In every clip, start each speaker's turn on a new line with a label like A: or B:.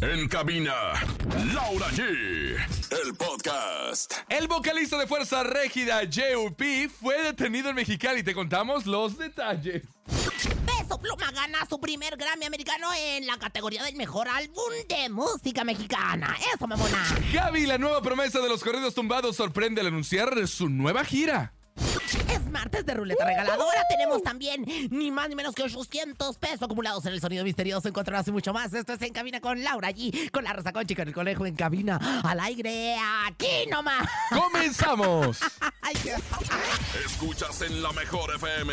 A: En cabina, Laura G. El podcast.
B: El vocalista de Fuerza Régida, J.U.P., fue detenido en Mexicali. Te contamos los detalles.
C: Peso Pluma gana su primer Grammy americano en la categoría del mejor álbum de música mexicana. Eso, mamona.
B: Gaby, la nueva promesa de los corridos tumbados, sorprende al anunciar su nueva gira.
C: Es martes de ruleta regaladora. Tenemos también ni más ni menos que 800 pesos acumulados en el sonido misterioso. Encontrarás mucho más. Esto es En Cabina con Laura G, con la Rosa Conchi, con el conejo en cabina, al aire, aquí nomás.
B: ¡Comenzamos!
C: Ay, qué-
A: Escuchas en la mejor FM.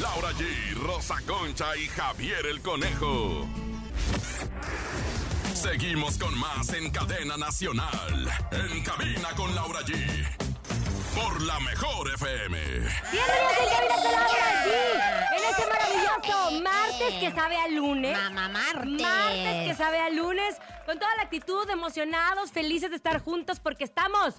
A: Laura G, Rosa Concha y Javier el Conejo. Seguimos con más en cadena nacional. En cabina con Laura G. Por la mejor FM.
D: Bienvenidos en Cabina con Laura
C: Ah,
D: G. En este maravilloso martes que sabe a lunes.
C: Mamá martes.
D: Martes que sabe a lunes. Con toda la actitud, emocionados, felices de estar juntos porque estamos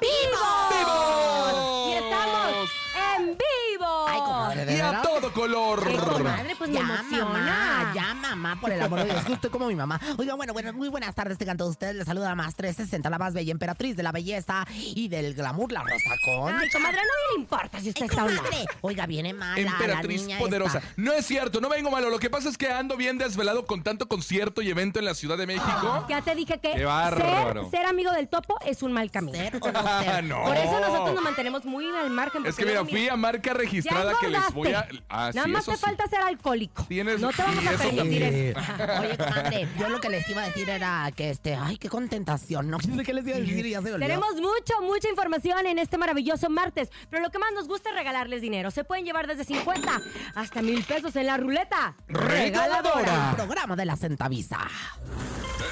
D: vivos.
B: ¡Vivos!
D: Y estamos en vivo.
C: Ay, comadre, de
B: Y a
C: verdad.
B: todo color.
D: Qué comadre, pues me
C: ya,
D: emociona.
C: mamá, ya, mamá, por el amor de Dios, justo como mi mamá. Oigan, bueno, bueno, muy buenas tardes, tengan todos ustedes. Les saluda más 360, la más bella emperatriz de la belleza y del glamour, la rosa con.
D: Ay, comadre, a nadie le importa si usted
C: Ay,
D: está o no.
C: comadre. Oiga, viene mala la
B: Emperatriz
C: niña
B: poderosa.
C: esta.
B: No es cierto, no vengo malo. Lo que pasa es que ando bien desvelado con tanto concierto y evento en la Ciudad de México.
D: Ya te dije que
B: Qué bárbaro.
D: ser, ser amigo del topo es un mal camino.
C: Ser o no ser.
B: Ah, no.
D: Ah, Por eso nosotros nos mantenemos muy al margen.
B: Oh. Es
D: porque
B: que mira,
D: luego,
B: fui a marca
D: Ya
B: registrada que les
D: engordaste.
B: voy a. Ah,
D: Nada
B: sí,
D: más
B: eso
D: te
B: sí.
D: falta ser alcohólico.
B: Tienes-
D: no te vamos
B: y
D: a
B: eso
D: permitir
B: también.
D: eso.
C: Ajá. Oye, comadre, yo lo que les iba a decir era que este, ay, qué contentación, no sé qué les iba a decir y ya se me olvidó.
D: Tenemos mucho, mucha información en este maravilloso martes, pero lo que más nos gusta es regalarles dinero. Se pueden llevar desde 50 hasta mil pesos en la ruleta
B: Regaladora.
C: el programa de la centavisa.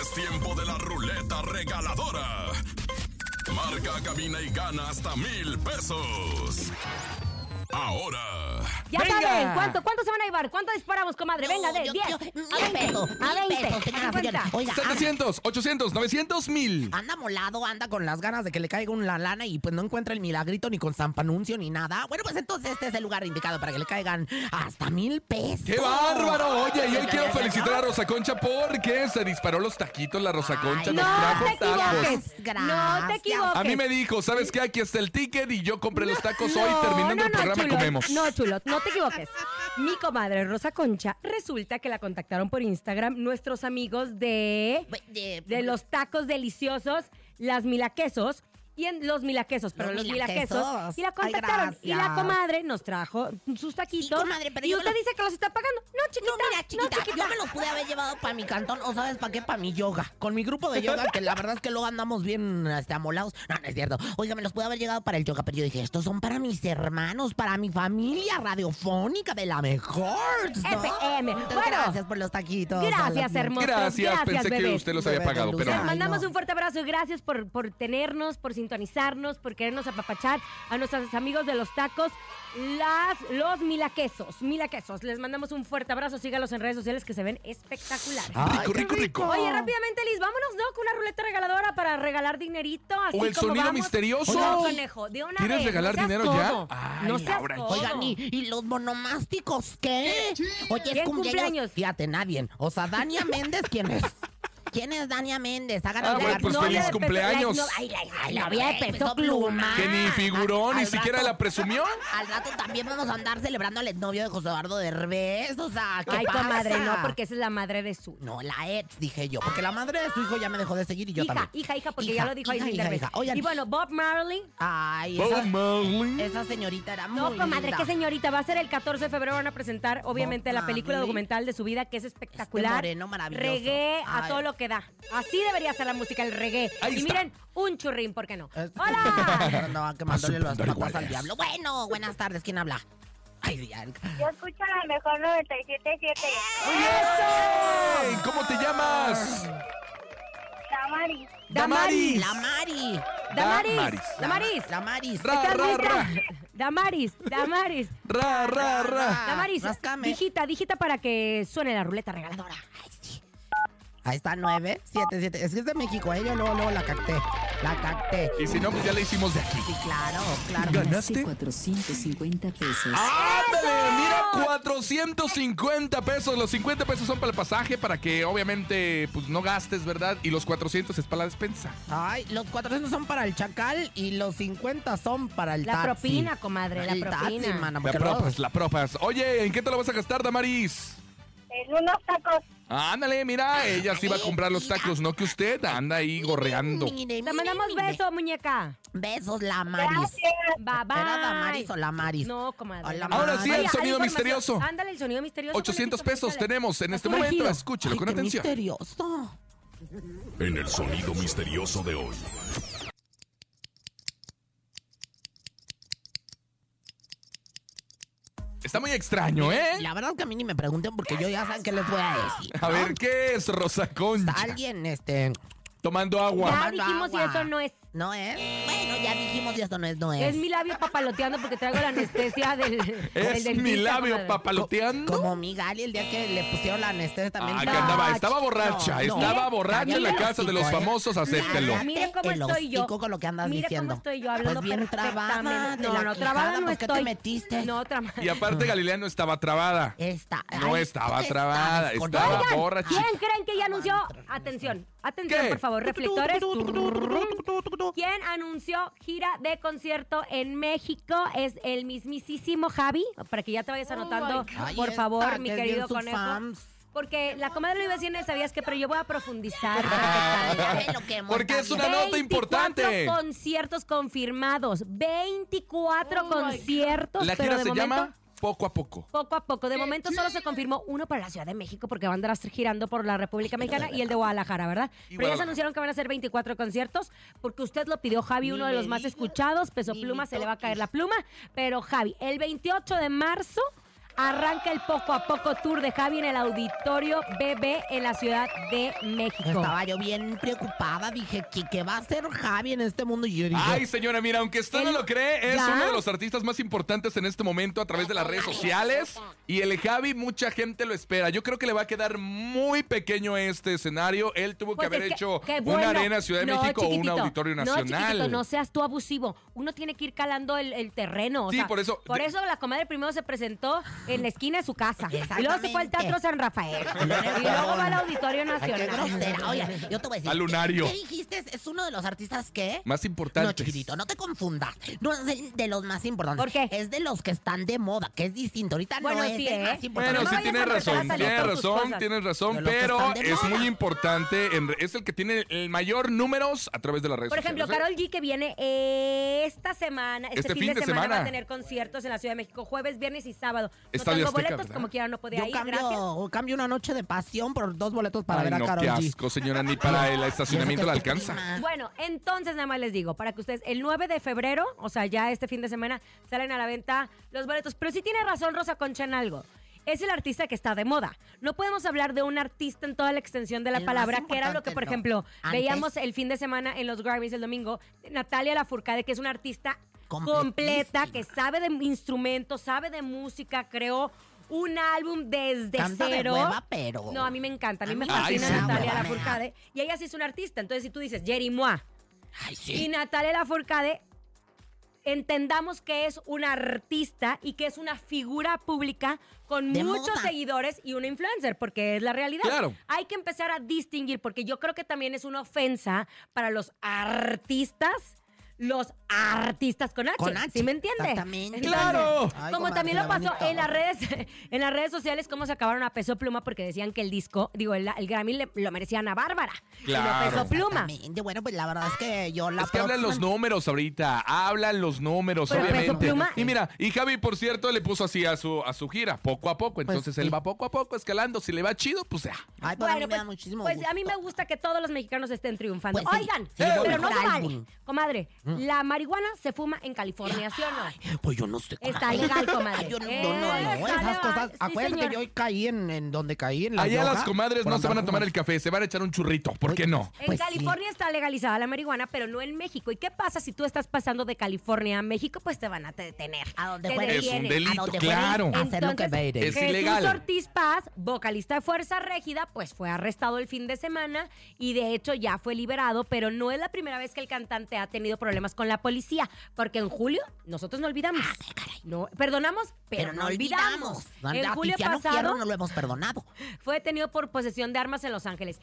A: Es tiempo de la ruleta regaladora. Marca, cabina y gana hasta mil pesos. Ahora.
D: Ya
B: ¡Venga!
D: saben, ¿cuánto, ¿cuánto se van a llevar? ¿Cuánto disparamos, comadre? Venga, de
C: Yo
D: 10
C: quiero
D: a
C: mil
D: 20,
C: pesos,
D: a
C: mil
D: 20,
C: pesos, señoras y
D: a 50.
C: señores. Oiga, anda-
B: 700, 800, 900, 1000.
C: Anda molado, anda con las ganas de que le caiga una lana y pues no encuentra el milagrito ni con zampanuncio ni nada. Bueno, pues entonces este es el lugar indicado para que le caigan hasta mil pesos.
D: ¡Oh!
B: ¡Qué bárbaro! Oye, y hoy quiero felicitar a Rosa Concha porque se disparó los taquitos. La Rosa Concha
C: Ay,
B: nos
D: no
B: trajo
D: te
B: tacos.
D: equivoques. No te
C: Gracias.
D: equivoques.
B: A mí me dijo, ¿sabes qué? Aquí está el ticket y yo compré los tacos hoy.
D: No,
B: Terminando
D: no,
B: el
D: no,
B: programa
D: chulo,
B: comemos.
D: No, chulo, no te equivoques. Mi comadre Rosa Concha resulta que la contactaron por Instagram nuestros amigos de
C: De,
D: de los tacos deliciosos, las milaquesos. Y en los milaquesos, pero
C: Los
D: los, milaquesos.
C: milaquesos.
D: Y la
C: Ay,
D: contactaron. y la
C: gracias.
D: comadre nos trajo sus taquitos.
C: Sí, comadre, pero
D: y
C: yo
D: usted
C: me los-
D: dice que los está pagando. No, chiquita.
C: No, mira, chiquita,
D: no, chiquita.
C: yo me los pude haber llevado para mi cantón, o sabes para qué, para mi yoga. Con mi grupo de yoga, que la verdad es que luego andamos bien este, amolados. No, no es cierto. Oiga, me los pude haber llegado para el yoga, pero yo dije, estos son para mis hermanos, para mi familia radiofónica de la mejor. ¿no?
D: FM.
C: Entonces,
D: Bueno.
C: gracias por los taquitos.
D: Gracias, hermoso.
B: Gracias, pensé
D: bebé.
B: que usted los había
C: Bebé de
B: pagado,
C: luz.
B: pero
D: Les
C: Ay,
B: no.
D: mandamos
C: no.
D: un fuerte abrazo y gracias por, por tenernos, por sintonizarnos, por querernos apapachar a nuestros amigos de los tacos, las, los milaquesos, milaquesos. Les mandamos un fuerte abrazo, sígalos en redes sociales que se ven espectaculares.
B: Rico, rico, rico.
D: Oye, rápidamente, Liz, vámonos, ¿no? Con una ruleta regaladora para regalar dinerito. Así
B: O el
D: como
B: sonido
D: vamos.
B: misterioso.
D: No, conejo, de una
B: ¿Quieres
D: vez,
B: regalar
D: no seas
B: dinero
D: codo.
B: ya? Ay,
D: no seas
B: Laura,
D: codo.
C: Oigan, ¿y, y los monomásticos qué? Oye, es
D: ¿Quién
C: cumpleaños.
D: cumpleaños?
C: Fíjate, nadie. O sea, Dania Méndez, ¿quién es? ¿Quién es Dania Méndez? Háganos
B: Ah, bueno,
C: llegar
B: pues
C: su
D: novia
B: feliz
D: de
C: nombre.
D: Peso-
B: cumpleaños.
D: la ex- no, ay, la, ay, la novia de peso pluma.
B: Que ni figuró, ni
C: Al
B: siquiera
C: rato-
B: la presumió.
C: Al rato también vamos a andar celebrando al exnovio de José Eduardo Derbez. O sea, ¿qué
D: Ay,
C: pasa?
D: comadre, no, porque esa es la madre de su.
C: No, la ex, dije yo. Porque la madre de su hijo ya me dejó de seguir y yo
D: hija,
C: también.
D: hija, hija, porque ya lo dijo ahí
C: hija,
D: sin
C: hija,
D: intervenir.
C: hija. Oigan,
D: Y bueno, Bob Marley.
C: Ay,
B: Bob
C: esa,
B: Marley.
C: esa señorita era
D: No,
C: muy
D: comadre,
C: linda.
D: qué señorita. Va a ser el 14 de febrero. Van a presentar, obviamente, la película
C: Marley.
D: documental de su vida, que es espectacular.
C: Este moreno maravilloso.
D: Reggae a
C: Ay.
D: todo lo que da. Así debería ser la música, el reggae.
B: Ahí
D: y
B: está.
D: miren, un churrín, ¿por qué no?
C: Es-
D: ¡Hola!
C: Este, no, que mandarle las
B: Mandar
C: patas al
B: iguales.
C: diablo. Bueno, buenas tardes, ¿quién habla? Ay, ya.
E: Yo escucho la mejor 97.7.
B: Ey, ¿Cómo te llamas?
E: Tamari.
D: Damaris.
C: La Mari.
D: Damaris.
B: Damaris.
D: Damaris.
C: La Maris.
B: Ra,
D: ¿Estás
B: ra,
D: lista?
B: ra.
D: Damaris, Damaris.
B: Ra, ra, ra.
D: Damaris,
C: Rascame.
D: digita, digita para que suene la ruleta regaladora.
C: Ay, sí. Ahí está, 9, 7, 7. Es que es de México, ¿eh? Yo luego, luego la cacté. La cacté.
B: Y si no, pues ya la hicimos de aquí.
C: Sí, claro, claro.
B: Ganaste.
F: Ganaste 450 pesos.
B: ¡Ah, ¡Ándale! Mira, 450 pesos. Los 50 pesos son para el pasaje, para que obviamente pues no gastes, ¿verdad? Y los 400 es para la despensa.
C: Ay, los 400 son para el chacal y los 50 son para el
D: La
C: taxi.
D: propina, comadre, la
C: El
D: propina.
C: taxi, mana,
B: La
C: porque luego-
B: propas, la propas. Oye, ¿en qué te lo vas a gastar, Damaris?
E: En unos tacos.
B: Ándale, mira, ella sí va a comprar los tacos, no que usted anda ahí gorreando.
C: Mire,
D: Te
C: mire,
D: mandamos
C: mire.
D: beso, muñeca.
C: Besos, la Maris.
E: Gracias.
D: Bye, bye.
C: ¿Era Damaris o la Maris?
D: No, comadre.
C: Hola,
D: Damaris.
C: Ahora sí, el
D: Oye, hay
B: sonido
D: información.
B: misterioso.
D: Ándale, el sonido misterioso. pues,
B: 800
D: Ponle,
B: pesos
D: ponle.
B: tenemos en
D: Has
B: este momento.
D: corregido.
B: Escúchelo
C: Ay,
B: con
C: qué
B: atención.
C: misterioso.
A: En el sonido misterioso de hoy.
B: Está muy extraño, ¿eh?
C: La verdad es que a mí ni me pregunten porque yo ya saben qué les voy a decir.
B: A ver, ¿qué es Rosa Concha?
C: Alguien, este,
B: Tomando agua.
D: Ya
C: Tomando
D: dijimos
C: agua.
D: y eso no es.
C: ¿no es? Bueno, ya dijimos y esto no es, no es.
D: Es mi labio papaloteando porque traigo la anestesia del.
B: Es mi labio papaloteando.
C: Como mi Gali el día que le pusieron la anestesia también.
B: Ah, que
C: No,
B: andaba, estaba
C: ch-
B: borracha,
C: no, no.
B: estaba borracha en la
C: Cállate el
B: casa de los
C: hocico, ¿eh?
B: famosos, acéptelo.
C: Cállate
D: Mire cómo
C: el
D: estoy yo.
C: hocico con lo que andas
D: Mira
C: diciendo.
D: cómo estoy yo hablando
C: Pues bien
D: perfectamente.
C: trabada, de la
D: no,
C: quijada,
D: no, trabada no
C: ¿por qué te
D: estoy.
C: metiste?
D: No, trabada.
B: Y aparte Galilea no estaba trabada.
C: Esta.
B: No
C: ay,
B: estaba
C: ¿tú qué
B: trabada,
C: sabes con-
B: estaba
C: Oigan,
B: borracha.
D: ¿Quién creen que ya anunció? Atención, atención,
B: ¿Qué?
D: por favor, reflectores. ¿Quién anunció gira de concierto en México? Es el mismisísimo Javi, para que ya te vayas anotando,
C: Oh, Ahí
D: por
C: está,
D: favor,
C: que
D: mi
C: es
D: querido
C: bien sus
D: conejo.
C: fans.
D: Porque la comadre lo iba a decir en el sabías que, pero yo voy a profundizar.
C: Ve lo que hemos
B: Porque es una
C: sabido.
B: nota
D: 24
B: importante.
D: conciertos confirmados. 24 conciertos.
B: La
D: pero
B: gira
D: de
B: se
D: momento,
B: llama Poco a Poco.
D: Poco a poco. De momento solo se confirmó uno para la Ciudad de México porque van a andar girando por la República Mexicana y el de Guadalajara,
B: Y
D: ¿verdad? Pero ya se
B: Guadalajara.
D: anunciaron que van a ser 24 conciertos porque usted lo pidió, Javi, uno de los más escuchados. Peso Pluma, se le va a caer la pluma. Pero Javi, el 28 de marzo arranca el Poco a Poco Tour de Javi en el Auditorio BB en la Ciudad de México.
C: Estaba yo bien preocupada, dije, ¿qué, qué va a hacer Javi en este mundo? Y yo dije,
B: Ay, señora, mira, aunque usted no
D: El-
B: lo cree, es
D: ¿Ya?
B: uno de los artistas más importantes en este momento a través de las redes sociales. Y el Javi, mucha gente lo espera. Yo creo que le va a quedar muy pequeño este escenario. Él tuvo
D: Pues
B: que haber
D: es
B: hecho
D: qué
B: una
D: bueno.
B: arena Ciudad de
D: No,
B: México o un
D: chiquitito.
B: auditorio
D: No,
B: nacional.
D: chiquitito, no seas tú abusivo. Uno tiene que ir calando el, el terreno. o
B: Sí,
D: sea,
B: por eso-
D: Por
B: de-
D: eso la comadre primero se presentó en la esquina de su casa. Y luego se fue al
C: Exactamente.
D: Teatro San Rafael. y luego va al Auditorio
C: Ay, qué
D: Nacional.
C: grosera. Oye, yo te voy a decir.
B: Al lunario.
C: ¿Qué dijiste? ¿Es uno de los artistas que?
B: Más
C: No,
B: importante.
C: chiquitito, no te confundas. No es el de los más importantes.
D: ¿Por qué?
C: Es de los que están de moda, que es distinto. Ahorita
D: Bueno,
C: no es
D: sí,
C: el
D: ¿eh?
C: más importante.
B: Bueno,
D: No
B: sí
D: vayas a
B: tienes
D: empezar a
B: razón,
D: salir
B: tienes
D: con tus
B: razón,
D: cosas.
B: tienes razón,
C: De los que
B: pero
C: están de
B: es
C: moda.
B: muy importante, en re- es el que tiene el mayor números a través de las redes
D: Por ejemplo,
B: sociales. ¿eh?
D: Carol G, que viene esta semana, este, fin, de, semana, va a tener conciertos en la Ciudad de México, jueves, viernes y sábado. No
B: Estadio
D: tengo
B: Azteca,
D: boletos,
B: ¿verdad?
D: como quiera, no podía
C: Yo
D: ir. Gracias.
C: cambio, cambio una noche de pasión por dos boletos para
B: Ay,
C: ver a
B: no,
C: Karol
B: qué
C: G.
B: asco, señora, ni para el estacionamiento la
C: Y eso que es tu
B: alcanza.
C: prima.
D: Bueno, entonces nada más les digo, para que ustedes el 9 de febrero, o sea, ya este fin de semana, salen a la venta los boletos. Pero sí tiene razón Rosa Concha en algo. Es el artista que está de moda. No podemos hablar de un artista en toda la extensión de la
C: El más
D: palabra, que era lo que, por
C: importante,
D: ejemplo,
C: no. Antes.
D: veíamos el fin de semana en los Grammys el domingo, Natalia Lafourcade, que es una artista completa,
C: Completísima.
D: que sabe de instrumentos, sabe de música, creó un álbum desde
C: Canta de
D: cero.
C: hueva, pero-
D: No, a mí me encanta, a mí
C: A
D: me
C: mí me
D: fascina
B: encanta.
D: Natalia
C: Hueva me da.
D: Lafourcade y ella sí es una artista. Entonces, si tú dices Jerry Moa,
C: Ay,
D: y
C: sí.
D: Natalia Lafourcade entendamos que es una artista y que es una figura pública con
C: De
D: muchos
C: moda.
D: seguidores y una influencer, porque es la realidad.
B: Claro.
D: Hay que empezar a distinguir, porque yo creo que también es una ofensa para los artistas, los artistas con H,
C: Con H,
D: ¿sí me entiende?
C: exactamente.
D: Entonces,
B: ¡Claro!
C: Ay,
D: como
C: comadre,
D: también lo
C: la
D: pasó
C: bonita.
D: en las redes, en las redes sociales, cómo se acabaron a Peso Pluma porque decían que el disco, digo, el, el Grammy le- lo merecía Ana Bárbara,
B: Claro.
D: y no Peso Pluma.
C: Exactamente. Bueno, pues la verdad es que yo la
B: Es que hablan los
C: próxima-
B: números ahorita, hablan los números,
D: Pero Peso
B: obviamente.
D: Pluma-
B: Y mira, y Javi, por cierto, le puso así a su, a su gira, poco a poco. Entonces
C: sí.
B: él va poco a poco escalando. Si le va chido, pues ya.
C: Ay, pues a mí me da muchísimo
D: pues
C: gusto.
D: a mí me gusta que todos los mexicanos estén triunfando.
C: Pues sí,
D: Oigan,
C: sí,
B: lo
D: pero no
C: mejor
D: se vale.
C: álbum.
D: Comadre,
C: Mm.
D: la marihuana se fuma en California, ¿sí o no?
C: Pues yo no estoy con
D: Está
C: la-
D: legal, comadre.
C: Ay, Yo no, yo no,
D: Eh,
C: no,
D: está
C: esas
D: legal.
C: cosas.
D: Sí,
C: Acuérdate
D: señor.
C: que yo caí en, en donde caí, en la
B: Allá
C: yoga,
B: las comadres
C: por
B: no se van a
C: andar
B: tomar
C: fumando.
B: el café, se van a echar un churrito. ¿Por qué no?
D: En
C: Pues sí.
D: California está legalizada la marihuana, pero no en México. ¿Y qué pasa si tú estás pasando de California a México? Pues te van a detener.
C: A donde
D: Te
C: fueres.
B: Es un
D: detienen.
B: delito,
C: a donde
B: claro.
C: fueres, Hacer lo que
D: Entonces,
C: veires.
B: Es
D: Jesús
B: ilegal.
D: Ortiz Paz, vocalista de Fuerza Régida, pues fue arrestado el fin de semana y de hecho ya fue liberado, pero no es la primera vez que el cantante ha tenido problemas problemas con la policía, porque en julio nosotros no olvidamos. No, perdonamos, pero, no olvidamos. En
C: A
D: julio
C: Cristiano Fierro
D: pasado
C: no lo hemos perdonado.
D: fue detenido por posesión de armas en Los Ángeles.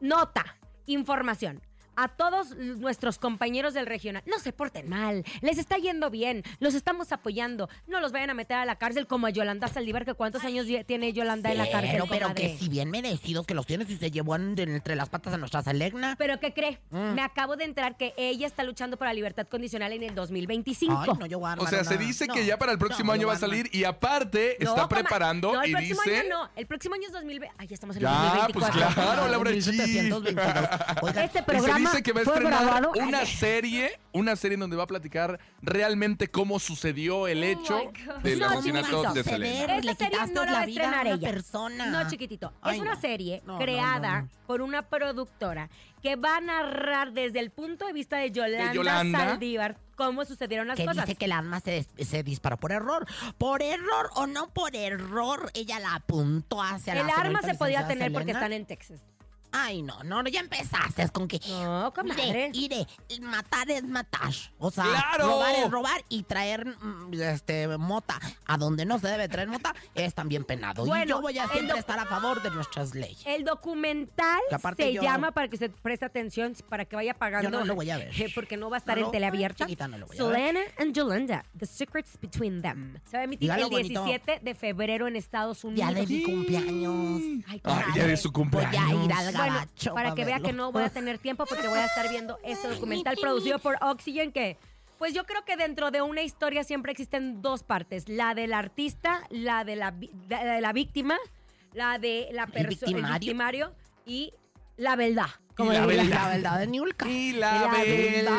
D: Nota, información. A todos nuestros compañeros del regional, no se porten mal, les está yendo bien, los estamos apoyando, no los vayan a meter a la cárcel como a Yolanda Saldívar, que cuántos años ye- tiene Yolanda en la cárcel.
C: Pero, pero
D: comadre?
C: que si bien merecidos que los tienes y se llevó en- entre las patas a nuestra Selegna.
D: ¿Pero qué cree?
C: Mm.
D: Me acabo de enterar que ella está luchando por la libertad condicional en el 2025.
C: Ay, no, yo voy a
B: O
C: armar
B: sea, se
C: una-
B: dice
C: no,
B: que ya para el próximo
C: no,
B: año
C: yo
B: va a
C: voy armar-
B: salir y aparte
D: No,
B: está
D: coma-
B: preparando
D: No, el
B: y
D: próximo
B: dice...
D: año no. El próximo año es 2020. Ay, ya estamos en el
B: Ya, pues
D: 2024.
B: claro, Laura G.
C: 1722. Oigan,
D: Este
B: Y se
D: programa
B: dice que va a
D: fue
B: estrenar
D: grabado.
B: una
D: Ay,
B: serie, una serie en donde va a platicar realmente cómo sucedió el
D: Oh my
B: hecho
D: God.
B: del
D: No,
B: asesinato
D: no,
B: de
D: no,
B: Selena.
D: Esta
C: Pues, le
D: serie
C: quitaste
D: no la va
C: la
D: a
C: vida
D: estrenar
C: a una
D: ella.
C: persona.
D: No, chiquitito.
C: Ay,
D: es una
C: no.
D: serie
C: No, no,
D: creada
C: no, no.
D: por una productora que va a narrar desde el punto de vista de Yolanda,
B: Yolanda.
D: Saldívar cómo sucedieron las
C: que
D: cosas.
C: dice que el arma se, des- se disparó por error. Por error o no por error, ella la apuntó hacia la
D: el arma
C: señorita
D: se podía
C: licenciada
D: tener porque
C: Selena.
D: están en Texas.
C: Ay, no, no, no, ya empezaste es con que...
D: No, comadre.
C: Mire, mire, y matar es matar. O sea,
B: ¡Claro!
C: robar es robar y traer mm, este mota a donde no se debe traer mota es también penado.
D: Bueno,
C: y yo voy a
D: el
C: siempre
D: doc-
C: estar a favor de nuestras leyes.
D: El documental
C: Que aparte
D: se
C: yo-
D: llama para que usted preste atención, para que vaya pagando.
C: Yo no lo voy a ver.
D: eh, Porque no va a estar
C: No
D: en
C: lo-
D: teleabierta.
C: chiquita, no lo voy a ver. Mm.
D: Selena and Yolanda, The Secrets Between Them. Se va a emitir
C: Dígalo
D: el
C: bonito.
D: 17 de febrero en Estados
C: Ya
D: Unidos.
C: de mi cumpleaños.
D: Ay,
B: Ay, Ah, ya
D: comadre.
B: de su cumpleaños.
C: Voy a ir al
D: Bueno,
C: gabacho.
D: para
C: pa'
D: que vea que
C: verlo.
D: no voy a tener tiempo porque voy a estar viendo este documental producido por Oxygen que... Pues yo creo que dentro de una historia siempre existen dos partes, la del artista, la de la, vi- la de la víctima, la de la
C: El
D: persona,
C: victimario.
D: el victimario y la verdad.
B: Y la
C: Y
B: verdad.
C: La verdad de Niulka.
B: Y la
C: La verdad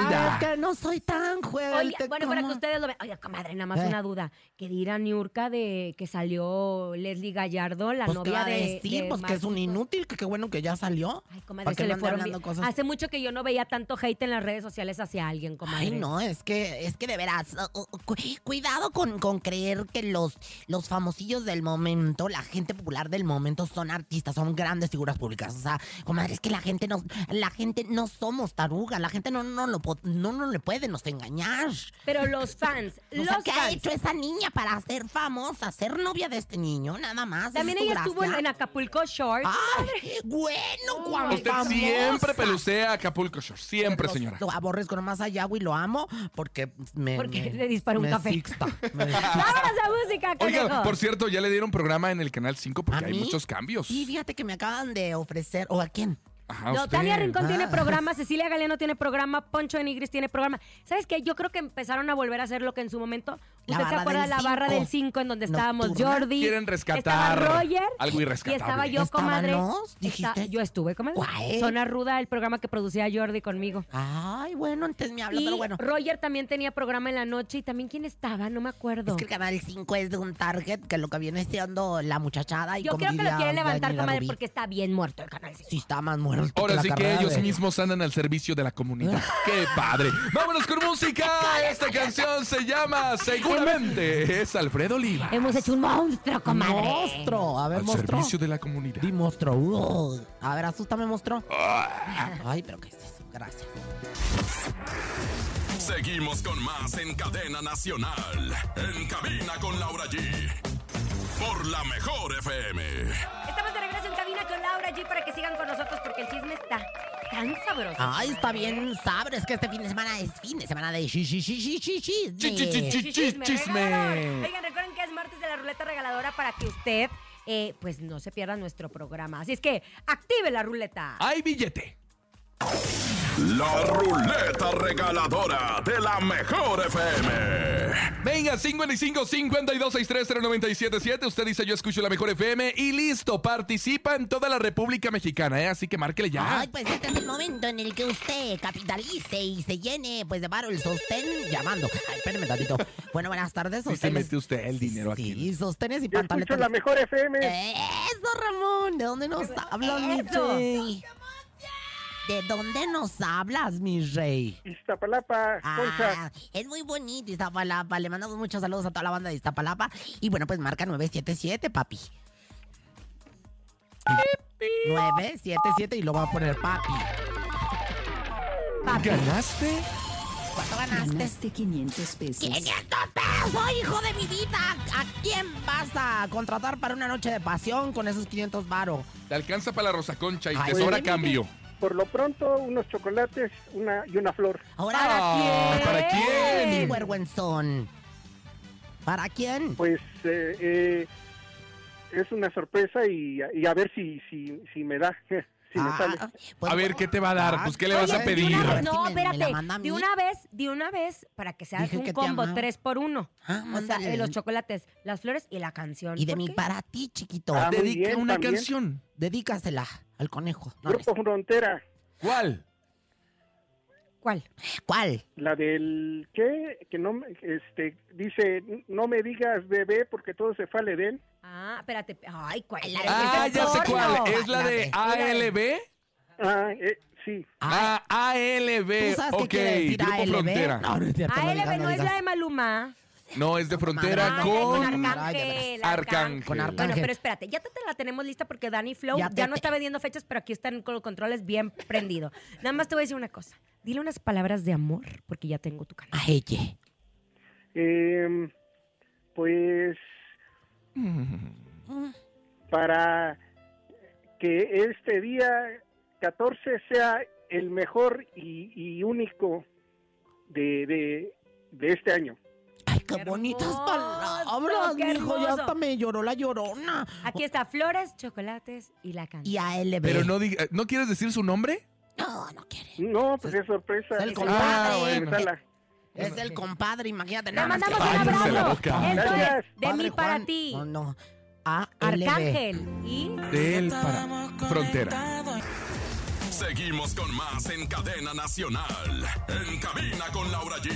B: verdad.
C: es que no soy tan
D: Oye,
C: jueves.
D: bueno, para que ustedes lo vean. Oye, comadre, nada más
C: Eh.
D: una duda. ¿Qué dirá Niurka de que salió Leslie Gallardo, la
C: Pues ¿qué
D: novia
C: va a
D: de-
C: decir?
D: de
C: pues que es un
D: Marquitos?
C: inútil, que qué bueno que ya salió.
D: Ay, comadre,
C: ¿Para qué
D: se le
C: no ande
D: fueron
C: hablando
D: bien.
C: cosas?
D: Hace mucho que yo no veía tanto hate en las redes sociales hacia alguien, comadre.
C: Ay, no, es que, es que de veras, uh, uh, cu- cuidado con, con creer que los, los famosillos del momento, la gente popular del momento, son artistas, son grandes figuras públicas. O sea, comadre, es que la gente no, la gente no somos tarugas, la gente no, no, lo, po- no, no le puede nos engañar.
D: Pero los fans,
C: O
D: los
C: sea, ¿qué ha
D: fans.
C: hecho esa niña para ser famosa, ser novia de este niño? Nada más.
D: También
C: ¿Esa es
D: ella
C: tu Ah.
D: estuvo en,
C: gracia?
D: en Acapulco Short.
C: ¡Ay! Bueno, cuando
B: Usted siempre pelucea a Acapulco Shore, siempre, señora.
C: Lo aborrezco nomás a Yahoo y lo amo porque me.
D: Porque
C: me-
D: le disparó un
C: me
D: café.
C: sixta, me-
D: ¡Vámonos a música,
B: Oiga,
D: conejo!
B: por cierto, ya le dieron programa en el Canal 5 porque
C: ¿A
B: hay
C: mí?
B: muchos cambios.
C: Y fíjate que me acaban de ofrecer. ¿O a quién?
B: Ajá,
D: No,
B: usted.
D: Tania Rincón
C: Ah.
D: tiene programa, Cecilia Galeano tiene programa, Poncho de Nigris tiene programa. ¿Sabes qué? Yo creo que empezaron a volver a hacer lo que en su momento.
C: La
D: ¿Usted se
C: barra
D: acuerda de
C: del
D: la barra
C: cinco.
D: del 5 en donde estábamos
C: Nocturna.
D: Jordi?
B: Quieren rescatar
D: Estaba Roger.
B: algo
D: Y estaba
B: irrescatable.
D: yo, comadre.
C: ¿Estábamos? ¿Dijiste?
D: yo estuve, comadre.
C: ¿Cuál?
D: Zona Ruda, el programa que producía Jordi conmigo.
C: Ay, bueno, antes me habla,
D: y
C: pero bueno.
D: Roger también tenía programa en la noche y también quién estaba, no me acuerdo.
C: Es que el canal 5 es de un target que lo que viene siendo la muchachada y
D: Yo
C: como
D: creo que lo
C: diría
D: quieren levantar,
C: Yanira
D: comadre,
C: Rubí,
D: porque está bien muerto el canal. cinco.
C: Si está más muerto.
B: Ahora
C: la
B: sí que
C: carrera
B: ellos
C: de-
B: mismos andan al servicio de la comunidad. ¡Qué padre! ¡Vámonos con música! Esta canción se llama Seguramente es Alfredo Oliva.
D: Hemos hecho un monstruo, comadre.
C: Monstruo. A ver,
B: Al
C: monstruo.
B: servicio de la comunidad.
C: Di monstruo. Uh. A ver, asústame, monstruo.
B: Ah.
C: Ay, pero ¿qué es eso? Gracias.
A: Seguimos con más en Cadena Nacional. En cabina con Laura G. Por la mejor FM.
D: Estamos de regreso en cabina con Laura G para que sigan con nosotros porque el chisme está tan sabroso.
C: Ay, está bien, sabes es que este fin de semana es fin de semana de shi, shi, shi, shi, shi, shi,
B: Chi, chi, chi, chi, chi,
D: Chisme, regalador.
B: chisme.
D: Oigan, recuerden que es martes de la ruleta regaladora para que usted, eh, pues, no se pierda nuestro programa. Así es que active la ruleta.
B: Hay billete.
A: La ruleta regaladora de la mejor FM.
B: Venga, 55 52 63 0977. Usted dice yo escucho la mejor FM y listo, participa en toda la República Mexicana, ¿eh? Así que márquele ya.
C: Ay, pues este es el momento en el que usted capitalice y se llene, pues, de varo el sostén llamando. Ay, espérame tantito. Bueno, buenas tardes,
B: Sí se
C: sostenes.
B: mete usted el dinero aquí.
C: Sí, sostenes y
F: Yo escucho
C: pantaletas.
F: la mejor FM.
C: Eh. Eso, Ramón, ¿de dónde nos hablas, mi
D: Eso.
C: rey? ¿De dónde nos hablas, mi rey?
F: Iztapalapa, Concha.
C: Ah, es muy bonito Iztapalapa. Le mandamos muchos saludos a toda la banda de Iztapalapa. Y bueno, pues marca 977, papi. 977 y lo va a poner papi.
B: ¿Ganaste
C: ¿Cuánto ganaste?
G: Ganaste 500 pesos.
C: 500 pesos, hijo de mi vida. ¿A quién vas a contratar para una noche de pasión con esos 500 varos?
B: Te alcanza para la rosaconcha y
C: Ay,
B: te sobra
D: mire.
B: cambio.
F: Por lo pronto, unos chocolates una, y una flor.
C: Ahora,
B: Ah, ¿Para
D: quién?
B: quién?
C: vergüenzón. ¿Para quién?
F: Pues eh, eh, es una sorpresa y, y a ver si, si, si me da, si me
C: Ah,
F: sale.
C: pues,
B: A ver, ¿qué te va a dar?
C: ah,
B: Pues, ¿qué le vas a
D: Oye,
B: pedir?
D: De una
C: A
D: vez,
C: ver si
D: no,
C: me- me la
D: espérate.
C: manda a mí. Ah,
D: De una vez, de una vez, para que sea
C: Dije
D: un
C: que te
D: combo
C: amaba.
D: tres por uno.
C: Ah,
D: O sea,
C: ándale.
D: eh, los chocolates, las flores y la canción.
C: Y de
D: ¿Por
C: mi
D: qué?
C: para ti, chiquito.
F: Ah, muy
B: Dedica
F: bien,
B: una
F: también.
B: canción.
C: Dedícasela al conejo. No, no es-
F: Grupo Frontera,
B: ¿Cuál?
D: ¿Cuál?
C: ¿Cuál?
F: la del que que no me- este dice no me digas bebé porque todo se fue al Edén.
D: Ah, espérate. Ay, ¿cuál?
C: Ay, la
B: Ah,
C: es
B: ya sé
C: porno.
B: cuál. Es la de
C: La
B: ALB.
F: Ah, eh, sí.
C: Ah,
B: Ah, ALB.
D: Eh,
C: ¿Tú sabes
B: Ok,
C: qué quiere decir
B: Grupo
C: ALB?
B: Frontera.
C: No, no es cierto.
D: A
C: digas,
D: no es
C: digas.
D: la de Maluma.
B: No, es de Frontera
D: Ah,
C: Madre,
B: con
C: con
D: Arcángel.
B: Arcángel.
C: Con Arcángel.
D: Bueno, pero espérate, ya te, te la tenemos lista porque Dani Flow
C: Ya
D: ya,
C: te-
D: no está vendiendo fechas, pero aquí están con los controles bien prendido. Nada más te voy a decir una cosa. Dile unas palabras de amor porque ya tengo tu canal.
C: A ella.
F: Em, pues para que este día 14 sea el mejor y, y único de, de, de este año.
C: Ay, qué,
D: Qué
C: bonitas
D: hermoso,
C: palabras,
D: qué
C: mijo. Ya
D: hermoso.
C: hasta me lloró la llorona.
D: Aquí está flores, chocolates y la canción.
C: Y a LB.
B: Pero no, diga- ¿no quieres decir su nombre?
C: No, no quiere.
F: No, pues es sorpresa.
C: Es el compadre.
B: Ah, bueno.
F: Sala.
C: Es el compadre, imagínate.
D: Le
C: nada más
D: mandamos
C: que-
D: un
B: Cállense
D: abrazo.
B: la boca.
D: Esto
F: Gracias.
D: es de
C: Padre
D: mí para
C: Juan.
D: ti.
C: No, no. A LB.
D: Arcángel y
B: Del para Frontera.
A: Seguimos con más en Cadena Nacional. En cabina con Laura G.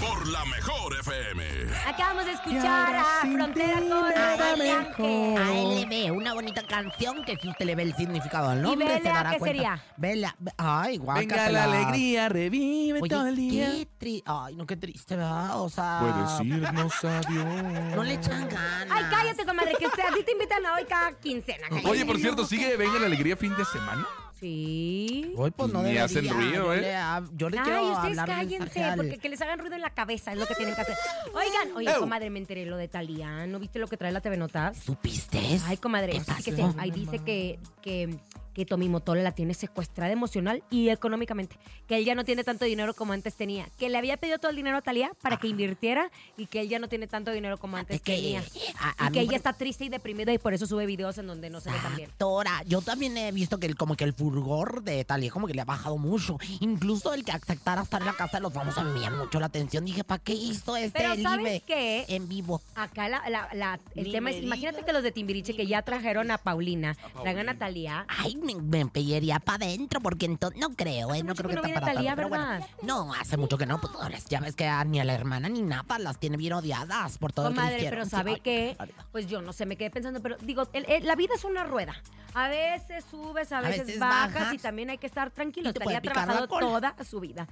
A: Por la mejor FM.
D: acabamos de escuchar a Frontera con Arcángel.
C: ALB, una bonita canción que si usted le ve el significado al nombre,
D: ¿Y
C: se
D: Bella
C: dará
D: qué
C: cuenta.
D: sería?
C: Bella, be- ay, guácatela.
B: Venga la alegría, revive todo el día.
C: Oye, qué triste. Ay, no, qué triste, ¿verdad? O sea...
B: Puedes irnos adiós.
C: No le echan ganas.
D: Ay, cállate, comadre, que usted, a ti te invitan a hoy cada quincena. cállate.
B: Oye, por cierto, ¿sigue Venga la Alegría fin de semana?
D: Sí.
C: Hoy pues no
B: Ni
C: debería.
B: hacen ruido,
C: yo
B: ¿eh?
C: Le, hab- yo le quiero
D: Ay, ustedes
C: hablar
D: cállense,
C: mensaje al-
D: porque que les hagan ruido en la cabeza es lo que tienen que hacer. Oigan, oye,
B: Ew.
D: comadre, me enteré lo de Talía. ¿No viste lo que trae la TV Notas?
C: ¿Supiste?
D: Ay, comadre,
C: Pues, ¿Qué
D: fíjese,
C: pasó?
D: ahí dice que, que, que Tommy Motola la tiene secuestrada emocional y económicamente. Que él ya no tiene tanto dinero como antes tenía. Que le había pedido todo el dinero a Talía para que invirtiera y que él ya no tiene tanto dinero como antes
C: Es que- eh,
D: tenía.
C: a- a
D: y que
C: mí-
D: ella está triste y deprimida y por eso sube videos en donde no se ve tan bien.
C: Doctora, yo también he visto que el, como que el fulgor de Talía como que le ha bajado mucho. Incluso el que aceptara estar en la casa de los famosos me llamó mucho la atención. Dije, ¿para qué hizo este
D: Pero
C: live
D: ¿sabes qué?
C: en vivo?
D: Acá la- la- la- el
C: Ni
D: tema
C: me
D: es,
C: digas,
D: imagínate que los de Timbiriche que ya trajeron a Paulina, traigan a Talía.
C: Ay, me, me pellería para adentro porque entonces no creo, ¿eh? No
D: mucho
C: creo que, está
D: que no viene
C: para
D: Thalía,
C: tanto, pero bueno.
D: ¿verdad?
C: No, hace mucho que no. Pues ahora ya ves que a- ni a la hermana ni nada las tiene bien odiadas por todo
D: Comadre,
C: el que le
D: pero
C: hicieron.
D: ¿sabe
C: Ay,
D: qué?
C: barbaridad.
D: Pues yo no sé, me quedé pensando, pero digo, el- el- la vida es una rueda. A veces subes, a
C: A
D: veces,
C: veces
D: bajas,
C: bajas.
D: y también hay que estar tranquilos.
C: Y te
D: Talía
C: puede
D: ha
C: picar la
D: trabajado
C: cola.
D: toda su vida.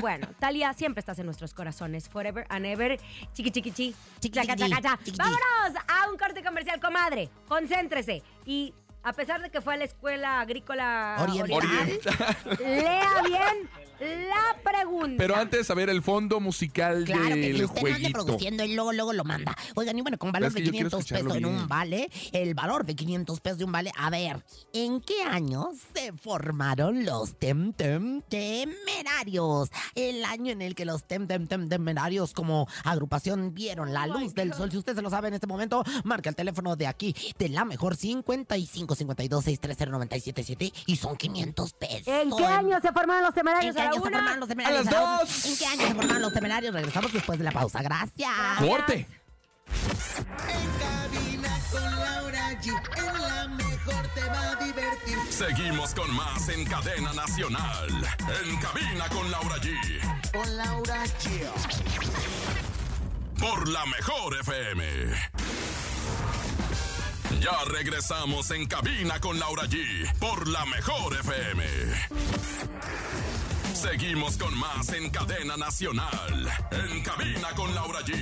D: bueno, Talía, siempre estás en nuestros corazones. Forever and ever. Chiqui, chiqui, chi.
C: Chiqui,
D: Chaca,
C: chiqui,
D: chaca, cha.
C: chiqui,
D: Vámonos a un corte comercial, comadre. Concéntrese. Y a pesar de que fue a la escuela agrícola
C: Oriental.
D: lea bien la pregunta.
B: Pero antes, a ver el fondo musical
C: Claro que
B: del
C: si usted no anda
B: jueguito.
C: produciendo, él luego, luego lo manda. Oigan, y bueno, con valor
B: Es que
C: de
B: yo quiero
C: 500 pesos en
B: escucharlo
C: un
B: bien.
C: vale, el valor de 500 pesos de un vale, a ver, ¿en qué año se formaron los tem tem temerarios? El año en el que los tem tem tem temerarios como agrupación vieron la
D: Oh
C: luz del sol. Si usted se lo sabe en este momento, marca el teléfono de aquí, de la mejor 55 52 630 977 y son 500 pesos.
D: ¿En qué año se formaron los
C: ¿En
D: temerarios?
C: qué
D: a la
C: año se
D: una?
C: formaron los temerarios?
B: las
C: Raúl?
B: dos.
C: ¿En qué año se formaron los temerarios? Regresamos después de la pausa. Gracias.
B: ¡Corte!
C: Ah,
A: Seguimos con más en Cadena Nacional. En cabina con Laura G. Por la mejor FM. Ya regresamos en cabina con Laura G. Por la mejor FM. Seguimos con más en Cadena Nacional. En cabina con Laura G.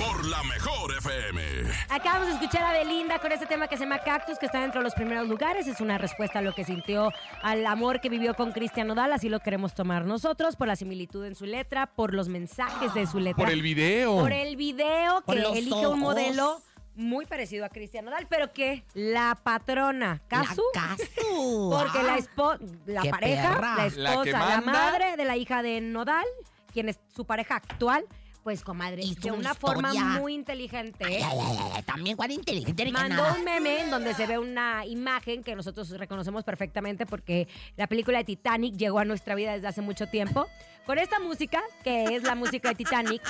A: por la mejor FM.
D: Acabamos de escuchar a Belinda con este tema que se llama Cactus, que está dentro de los primeros lugares. Es una respuesta a lo que sintió al amor que vivió con Cristian Nodal. Así lo queremos tomar nosotros, por la similitud en su letra, por los mensajes de su letra.
B: Por el video.
D: Por el video
C: Por
D: que
C: los
D: elige
C: ojos.
D: un modelo muy parecido a Cristian Nodal, pero que la patrona, Casu,
C: La Casu.
D: porque la,
C: Ah.
D: espo- la
C: qué
D: pareja,
C: perra.
D: la
B: La que
D: esposa, la,
B: manda.
D: madre de la hija de Nodal, quien es su pareja actual, pues comadre,
C: Hizo
D: de
C: una
D: una forma
C: historia.
D: muy inteligente.
C: Ay,
D: ¿eh?
C: ay, ay, ay, También cuál inteligente ni que
D: Mandó
C: nada.
D: un meme en donde se ve una imagen que nosotros reconocemos perfectamente porque la película de Titanic llegó a nuestra vida desde hace mucho tiempo. Con esta música, que es la música de Titanic,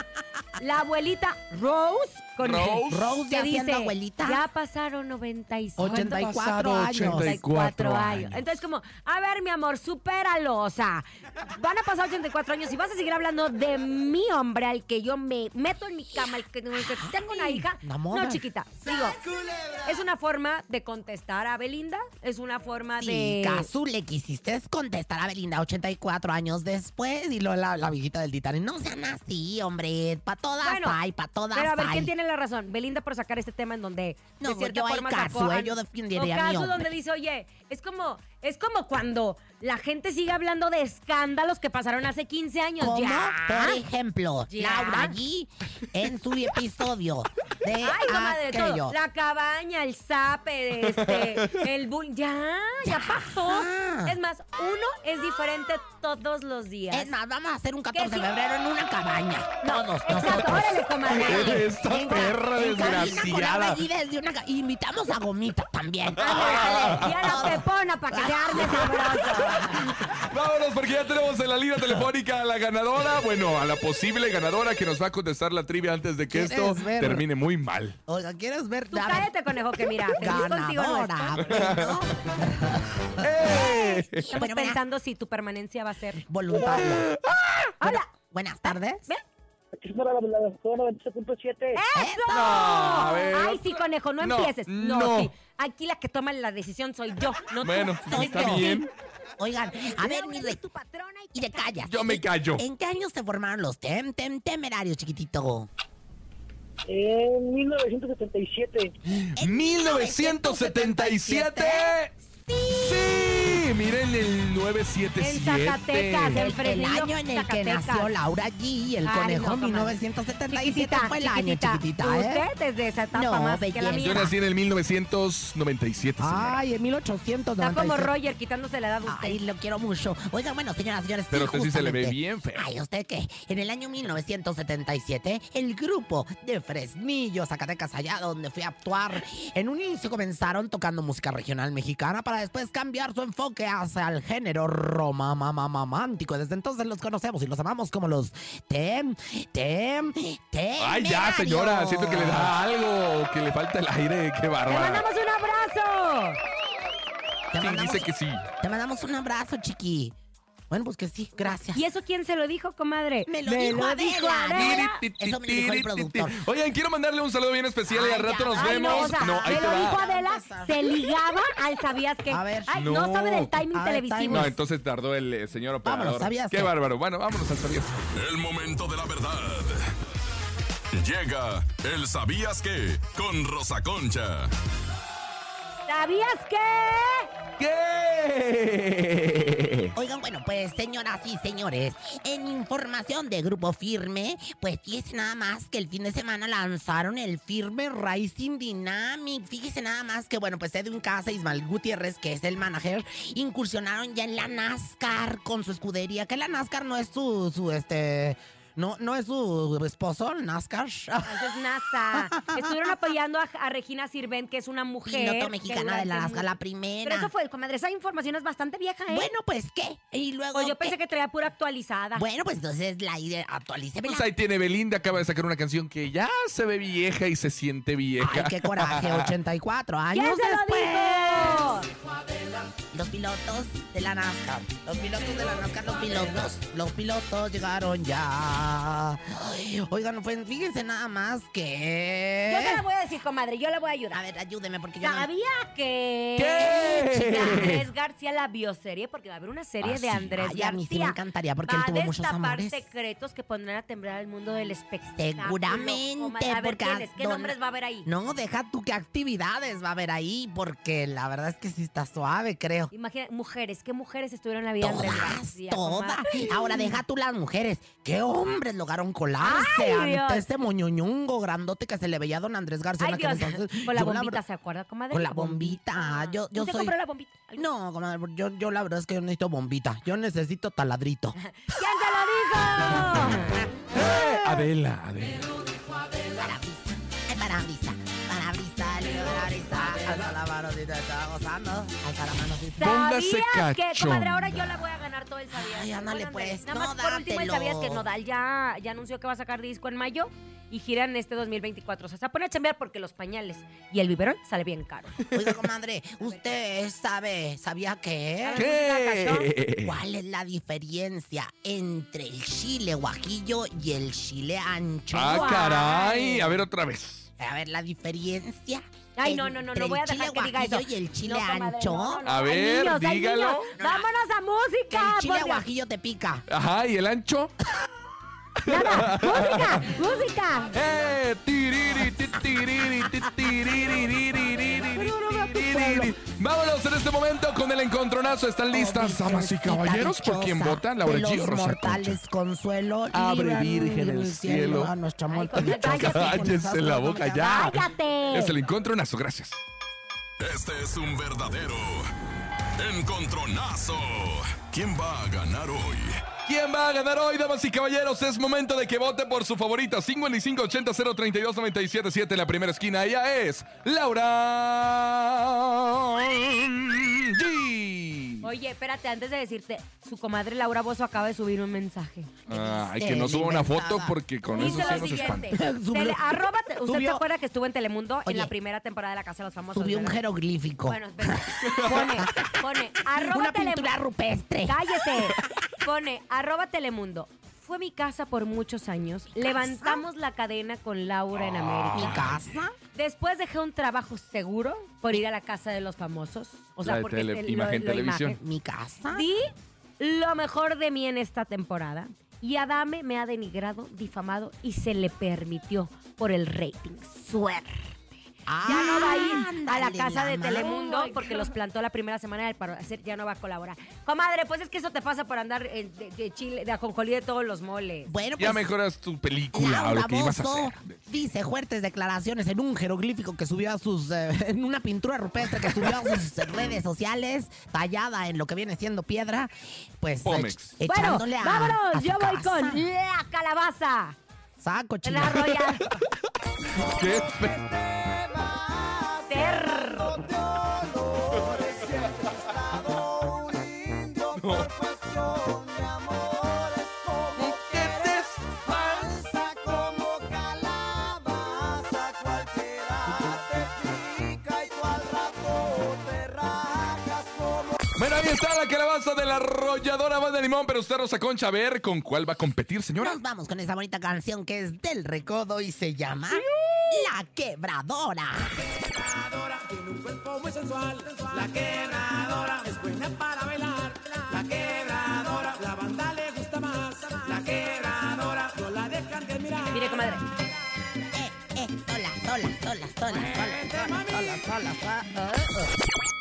D: la abuelita Rose con
B: Rose.
C: Rose
D: que
C: ya siendo
D: dice,
C: abuelita.
D: ya pasaron 95
C: 84 años.
D: 84 años. Entonces, como, a ver, mi amor, supéralo. O sea, van a pasar 84 años y vas a seguir hablando de mi hombre al que yo me meto en mi cama, al que, al que tengo una hija.
C: enamora.
D: No, chiquita. Digo, es una forma de contestar a Belinda. Es una forma
C: Sí,
D: de.
C: Casu, le quisiste contestar a Belinda 84 años después y luego la, la viejita del Titanic. No sean así, hombre. Pa' todas
D: Bueno,
C: hay, pa' todas
D: Pero a ver,
C: hay.
D: ¿quién tiene la razón? Belinda por sacar este tema en donde
C: No,
D: de cierta
C: yo al
D: forma
C: caso,
D: sacó
C: ¿eh?
D: a-
C: Yo defendería
D: o
C: a mi
D: caso
C: hombre.
D: donde dice, oye, es como, es como cuando la gente sigue hablando de escándalos que pasaron hace 15 años.
C: Como,
D: Ya.
C: por ejemplo,
D: Ya.
C: Laura G en su episodio de
D: Ay, comadre,
C: aquello.
D: todo. La cabaña, el zape, este, el bull. Ya, ya pasó.
C: Ajá.
D: Es más, uno es diferente todos los días.
C: Es más, vamos a hacer un 14 de
D: sí.
C: febrero en una cabaña. Todos
D: Exacto,
C: nosotros.
D: órale, comadre.
B: Esta perra
C: En cabina con
B: desgraciada.
C: Laura G desde una ca- Invitamos a Gomita también.
D: Ándale, ya la
C: Todos.
D: pepona para que se arme sabroso.
B: Vámonos porque ya tenemos en la línea telefónica a la ganadora, bueno, a la posible ganadora que nos va a contestar la trivia antes de que
C: ¿Quieres
B: esto
C: ver?
B: termine muy mal.
C: Oiga, ¿quieres ver?
D: Tú cállate, conejo, que mira, feliz contigo no estoy.
C: Ganadora, pues. bueno.
D: Estamos
C: Bueno, buenas-
D: pensando si tu permanencia va a ser.
C: voluntario.
D: ¡Hola!
C: Buenas tardes.
D: Ve.
E: Aquí por la, la mejor 98.7.
D: ¡Eso!
B: A ver,
D: Ay,
B: otra-
D: sí, conejo, no,
B: No,
D: empieces. No,
B: no.
D: sí. Aquí la que toma la decisión soy yo, no tú.
B: Bueno,
D: Soy
B: está
D: yo.
B: bien.
C: Oigan, a ver, mi
D: Laura,
C: rey,
D: soy tu patrona y
C: y te callas.
B: Yo me callo.
C: ¿En qué años se formaron los tem, tem, temerarios, chiquitito?
E: En 1977.
B: 1977. Sí, miren el 977.
D: En Zacatecas, en
C: El, el
D: Fresnillo,
C: año en el que
D: Zacatecas.
C: nació Laura G y el
D: Ay,
C: conejo
D: no, comadre.
C: 1977 fue el año,
D: chiquitita.
C: chiquitita, ¿eh?
D: Usted desde esa etapa
C: No,
D: más que la
C: belleza.
B: Yo
D: mía.
B: nací en el 1997.
D: Ah,
B: señora.
C: Ay, en
D: Está
C: 1897.
D: como Roger quitándose la edad a usted.
C: Ay, lo quiero mucho. Oigan, bueno, señoras, señores.
B: Pero usted sí se le ve
C: justamente.
B: bien feo.
C: Ay, ¿usted qué? En el año 1977, el grupo de Fresnillo, Zacatecas, allá donde fui a actuar, en un inicio comenzaron tocando música regional mexicana para después cambiar su enfoque hacia el género roma, mamá, mamántico. Desde entonces los conocemos y los amamos como los tem, tem, tem.
B: Ay, ya, señora, siento que le da algo, que le falta el aire, qué
D: ¡Te
B: bárbara.
D: mandamos un abrazo!
C: Te
B: Sí,
C: mandamos,
B: dice que sí.
C: te mandamos un abrazo, chiqui. Bueno, pues que sí, gracias.
D: ¿Y eso quién se lo dijo, comadre?
C: Me lo dijo Adela.
D: Adela.
C: Eso me dijo el productor.
B: Oigan, quiero mandarle un saludo bien especial y
C: Ay,
B: al rato
C: ya.
B: nos
D: Ay, no, o
B: vemos.
D: sea,
B: No, ahí
D: me
B: te
D: lo dijo
B: va.
D: Adela, se ligaba al sabías que.
C: A ver.
D: Ay, no,
B: No.
D: sabe del timing
C: A ver,
D: televisivo.
B: No, entonces tardó el eh, señor operador.
C: Vámonos, ¿sabías
B: qué
C: qué?
B: bárbaro. Bueno, vámonos al sabías.
A: El momento de la verdad. Llega el sabías que con Rosa Concha.
D: ¿Sabías qué?
B: ¿Qué?
C: Oigan, bueno, pues señoras y señores, en información de Grupo Firme, pues fíjese nada más que el fin de semana lanzaron el Firme Rising Dynamic. Fíjese nada más que, bueno, pues Edwin Casa, Ismael Gutiérrez, que es el manager, incursionaron ya en la NASCAR con su escudería, que la NASCAR no es su, su este... No, no es su esposo, el NASCAR.
D: Entonces, NASA. Estuvieron apoyando a, a Regina Sirven, que es una mujer.
C: Piloto
D: que
C: mexicana de
D: durante
C: la NASCAR, la
D: mu- Pero
C: primera.
D: eso fue, comadre, esa información es bastante vieja, ¿eh?
C: Bueno, pues, ¿qué? Y luego...
D: Pues yo
C: ¿qué?
D: pensé que traía pura actualizada.
C: Bueno, pues entonces la idea... Actualíceme
B: Pues ahí tiene Belinda, acaba de sacar una canción que ya se ve vieja y se siente vieja.
C: Ay, qué coraje, 84
D: ¿Quién
C: años
D: se lo
C: después.
D: dijo?
C: Los pilotos de la NASCAR. Los pilotos de la NASCAR, los pilotos. Los pilotos llegaron ya. Ay, Oigan, pues fíjense nada más que.
D: Yo te la voy a decir, comadre, yo la voy ¿Eh? a
C: A
D: ayudar.
C: ver, ayúdeme porque yo no-
D: ¿Sabía que
B: ¿Qué?
D: Andrés García la bioserie? Porque va a haber una serie
C: Ah,
D: de
C: sí.
D: Andrés
C: Ay,
D: García.
C: a mí sí me encantaría porque
D: va
C: él tuvo
D: a
C: muchos
D: destapar
C: amores.
D: secretos que pondrán a temblar el mundo del espectáculo.
C: Seguramente,
D: comadre. A ver,
C: porque
D: ¿quiénes? ¿Qué
C: Don-
D: nombres va a haber ahí?
C: No, deja tú qué actividades va a haber ahí, porque la verdad es que sí está suave, creo.
D: Imagina, mujeres, ¿qué mujeres estuvieron en la vida de Andrés
C: Todas,
D: García?
C: todas.
D: comadre?
C: Ahora deja tú las mujeres. ¿Qué hombres lograron colarse
D: Ay,
C: ante
D: Dios.
C: este moñoñongo grandote que se le veía a don Andrés García
D: Ay,
C: en aquel
D: Dios.
C: entonces?
D: Con la
C: Yo
D: bombita,
C: verdad-
D: ¿se acuerda, comadre?
C: con la bombita. Yo- yo
D: ¿Usted
C: soy-
D: compró la bombita? ¿Alguna?
C: No, comadre, yo, yo la verdad es que yo necesito bombita. Yo necesito taladrito.
D: ¿Quién te lo dijo?
B: Adela, Adela.
C: Parabrisa, el parabrisa, parabrisa, el parabrisa. Alza la mano si te está gozando. Alza la mano si te-
B: Póngase
D: ¿Sabías que, comadre,
B: cachonda.
D: ahora yo la voy a ganar todo el sabías?
C: Ay, ándale,
D: Bueno, Andrés,
C: pues,
D: Nada más
C: no,
D: por último, el
C: dátelo.
D: sabías que Nodal ya, ya anunció que va a sacar disco en mayo y gira en este 2024. O sea, se pone a chambear porque los pañales y el biberón sale bien caro.
C: Oiga, comadre, usted sabe, ¿sabía qué?
B: ¿Qué?
C: ¿Cuál es la diferencia entre el chile guajillo y el chile ancho?
B: Ah, caray. A ver otra vez.
C: A ver, la diferencia.
D: Ay, no, no, no,
C: entre
D: no
C: el
D: voy a dejar
C: chile
D: que diga eso.
C: guajillo y el chile
D: No, comadre,
C: ancho.
D: no, no, no.
B: A
D: Hay
B: ver,
D: niños, hay
B: dígalo.
D: niños. ¡Vámonos a
C: Que
D: música!
C: el chile
D: por Dios.
C: guajillo te pica.
B: Ajá, ¿y el ancho?
D: Nada, música, música.
B: ¡Eh! tiriri, ti, tiriri, ti, tiriri, ririri, tiriri. Vámonos en este momento con el encontronazo. ¿Están listas,
C: Oh,
B: damas y
C: virgencita
B: caballeros? ¿Por quién
C: dichosa,
B: votan?
C: de
B: Laura G o Rosa
C: los
B: Concha.
C: mortales consuelo.
B: Abre,
C: líbranos
B: Virgen,
C: del
B: el cielo.
C: A nuestra
D: Ay,
C: muerte.
D: comadre,
C: dichosa.
B: Cállense la boca ya.
D: ¡Cállate!
B: Es el encontronazo, gracias.
A: Este es un verdadero encontronazo. ¿Quién va a ganar hoy?
B: ¿Quién va a ganar hoy, damas y caballeros? Es momento de que vote por su favorita. 5580-032-977 en la primera esquina. Ella es Laura G.
D: Oye, espérate, antes de decirte, su comadre Laura Bozo acaba de subir un mensaje.
B: Ay,
C: Dice
B: que no
C: la
B: suba una foto
C: inventada.
B: porque con eso
D: Dice
B: sí
D: lo
B: nos espanta.
D: siguiente. Tele-
C: Subió-
D: arroba, te- ¿Usted se
C: subió-
D: acuerda que estuvo en Telemundo en
C: Oye.
D: la primera temporada de La Casa de los Famosos?
C: Subió un
D: verdad?
C: jeroglífico.
D: Bueno, espera. Pone, pone, arroba
C: Una
D: Telemu-
C: pintura rupestre.
D: Cállate. Pone, arroba Telemundo. Fue mi casa por muchos años. Levantamos la cadena con Laura
B: Ah,
D: en
C: Mi
D: América.
C: casa.
D: Después dejé un trabajo seguro por ir a la casa de los famosos. O
B: La
D: sea,
B: de
D: porque
B: tele-
D: este-
B: imagen televisión.
C: Mi casa.
D: Di lo mejor de mí en esta temporada. Y Adame me ha denigrado, difamado y se le permitió por el rating. Suerte. Ya no va a ir a la
C: Ándale,
D: casa de
C: mamá.
D: Telemundo porque los plantó la primera semana del paro. Así Ya no va a colaborar. Comadre, pues es que eso te pasa por andar eh, de, de chile, de ajonjolí de todos los moles.
C: Bueno, pues.
B: Ya mejoras tu película o
C: Laura
B: lo que ibas a
C: Bozzo
B: hacer.
C: dice fuertes declaraciones en un jeroglífico que subió a sus. eh, en una pintura rupestre que subió a sus eh, redes sociales, tallada en lo que viene siendo piedra. Pues.
B: Pómex.
C: ech-
D: Bueno,
C: echándole a-
D: vámonos,
C: a su
D: yo voy
C: casa.
D: con la calabaza.
C: Saco,
D: La
C: chingada.
D: royal.
B: Qué fe-
D: Ter.
B: Bueno, ahí está la calabaza de la arrolladora Van de Limón, pero usted, Rosa Concha, a ver con cuál va a competir, señora.
C: Nos vamos con esa bonita canción que es del recodo y se llama. La quebradora.
G: Tiene un cuerpo muy sensual. La quebradora es buena para bailar. La quebradora, la banda le gusta más. La quebradora, no la dejan de mirar.
D: Mire, comadre.
C: Eh, eh, hola, hola, hola, hola, hola, hola, hola, hola, hola.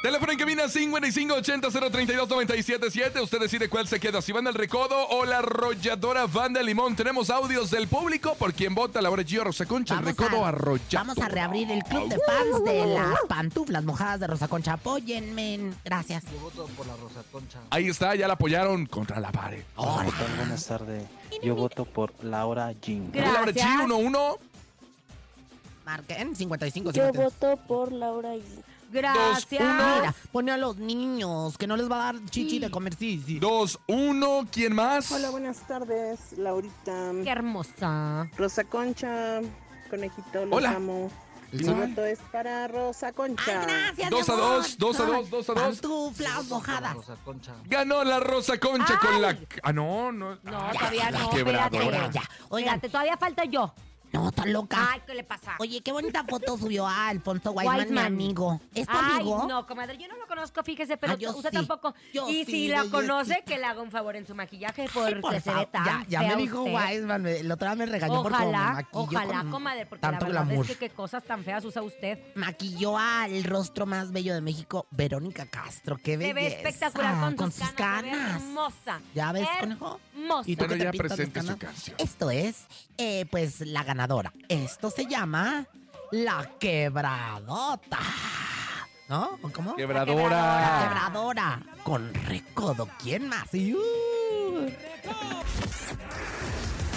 B: Teléfono en cabina 5580-032-977. Usted decide cuál se queda, si van al recodo o la arrolladora Van de Limón. Tenemos audios del público por quien vota Laura Gio Rosa Concha, el recodo arrolladora.
C: vamos a reabrir el club de fans de las pantuflas mojadas de Rosa Concha. Apóyenme. Gracias.
B: Ahí está, ya la apoyaron contra la pared.
C: Hola.
H: Buenas tardes. Yo voto por Laura Jean.
B: Laura G,
D: Gracias.
B: 1-1.
C: Marquen 55
I: Yo
C: 53.
I: voto por Laura G.
C: Mira,
D: Gracias.
C: pone a los niños que no les va a dar chichi de comer. Sí, sí.
B: 2-1. ¿Quién más?
J: Hola, buenas tardes, Laurita.
D: Qué hermosa.
J: Rosa Concha, conejito, los
B: Hola.
J: amo.
I: El voto es para Rosa Concha.
C: Ay, gracias,
B: Dos
C: mi
B: a
C: amor.
B: dos, dos a
C: Ay,
B: dos, dos a dos.
C: Pantuflas mojadas.
I: Rosa Concha.
B: Ganó la Rosa Concha con la. Ah, no, no.
D: No,
B: Ah,
D: todavía
B: la
D: no.
B: quebradora.
D: espérate.
C: Ya, ya. Oigan.
D: Espérate, todavía falta yo.
C: No, tan loca.
D: Ay, ¿qué le pasa?
C: Oye, qué bonita foto subió a Alfonso Guayman, mi
D: Wiseman.
C: amigo. ¿Es tu
D: Ay,
C: amigo?
D: no, comadre, yo no lo conozco, fíjese, pero
C: Ah, yo
D: usted
C: sí.
D: tampoco.
C: Yo
D: y
C: sí,
D: si la
C: yo
D: conoce,
C: sí.
D: que le haga un favor en su maquillaje
C: Ay,
D: porque
C: por
D: se
C: favor,
D: ve tan
C: ya, ya
D: fea
C: me dijo
D: usted.
C: Wiseman, me- el otro día me regañó por cómo me
D: Ojalá,
C: maquilló
D: ojalá,
C: con
D: comadre, porque
C: tanto
D: la verdad
C: glamour.
D: es que qué cosas tan feas usa usted.
C: Maquilló al rostro más bello de México, Verónica Castro. Qué
D: Se
C: belleza.
D: ve espectacular con,
C: con
D: sus canas. se ve hermosa.
C: ¿Ya ves, conejo?
D: Hermosa.
C: ¿Y tú
B: Pero
C: qué te
B: ya
C: pintas de
B: presente su
C: cana?
B: canción.
C: Esto es, eh, pues, la ganadora. Esto se llama La Quebradota. ¿No? ¿O ¿Cómo? La
B: Quebradora.
C: Quebradora. Con recodo. ¿Quién más? Y, uh,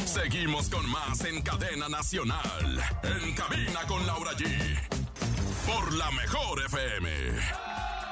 A: Seguimos con más en Cadena Nacional. En cabina con Laura G. Por la mejor FM.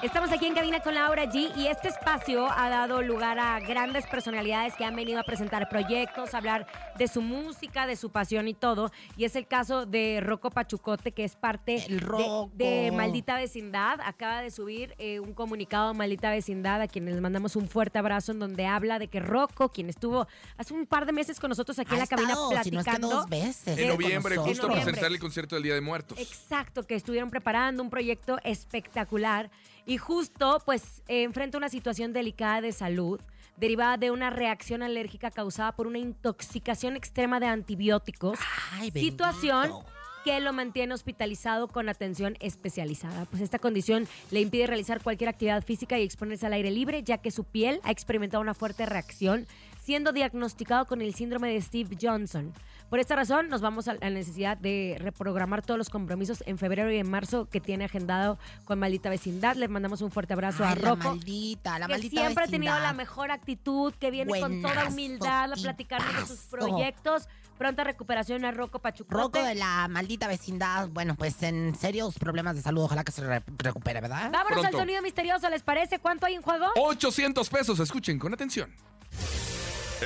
D: Estamos aquí en cabina con Laura G y este espacio ha dado lugar a grandes personalidades que han venido a presentar proyectos, a hablar de su música, de su pasión y todo. Y es el caso de Rocco Pachucote, que es parte
C: El
D: de-
C: Rocco.
D: de, Maldita Vecindad. Acaba de subir eh, un comunicado a Maldita Vecindad, a quienes les mandamos un fuerte abrazo, en donde habla de que Rocco, quien estuvo hace un par de meses con nosotros aquí
C: ha
D: en la cabina
C: estado, si no
D: platicando.
C: es que dos veces.
B: En
D: Eh,
B: noviembre,
C: con
B: justo
C: nosotros.
D: En noviembre.
B: presentar el concierto del Día de Muertos.
D: Exacto, que estuvieron preparando un proyecto espectacular y justo pues eh, enfrenta una situación delicada de salud derivada de una reacción alérgica causada por una intoxicación extrema de antibióticos,
C: Ay,
D: situación
C: bendito.
D: que lo mantiene hospitalizado con atención especializada. Pues esta condición le impide realizar cualquier actividad física y exponerse al aire libre, ya que su piel ha experimentado una fuerte reacción, siendo diagnosticado con el síndrome de Steve Johnson. Por esta razón, nos vamos a la necesidad de reprogramar todos los compromisos en febrero y en marzo que tiene agendado con Maldita Vecindad. Les mandamos un fuerte abrazo a
C: Ay, la
D: Rocco.
C: maldita, la
D: que
C: maldita
D: siempre ha tenido
C: vecindad.
D: la mejor actitud, que viene con toda
C: Buenazo,
D: humildad a platicarnos de sus
C: tipazo.
D: proyectos. Pronta recuperación a Rocco Pachucote.
C: Roco de la maldita vecindad. Bueno, pues en serios problemas de salud, ojalá que se re- recupere, ¿verdad?
D: Vámonos
B: Pronto.
D: al sonido misterioso, ¿les parece? ¿Cuánto hay en juego?
B: 800 pesos, escuchen con atención.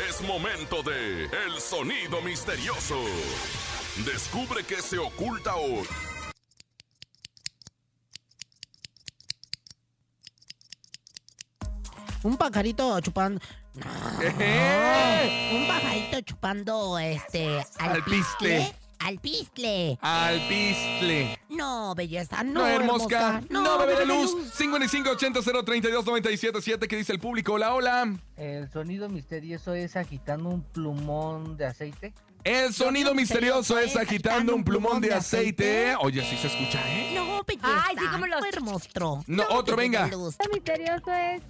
A: Es momento de El Sonido Misterioso. Descubre qué se oculta hoy.
C: Un pajarito chupando. No.
B: Ejé.
C: Un pajarito chupando este. Al
B: Alpiste.
C: pistle. Al pistle.
B: Al pistle.
C: No, belleza. No,
B: No, hermosca.
C: hermosca.
B: No, bebé de luz. 5580032977. ¿Qué dice el público? Hola, hola.
I: El sonido misterioso es agitando un plumón de aceite.
B: El sonido misterioso es agitando un plumón de aceite. Oye, así se escucha, ¿eh?
C: No, belleza.
D: Ay, sí, como los-
C: No, hermostro.
B: No, otro,
C: bebé
B: venga.
C: de luz.
J: Este misterioso es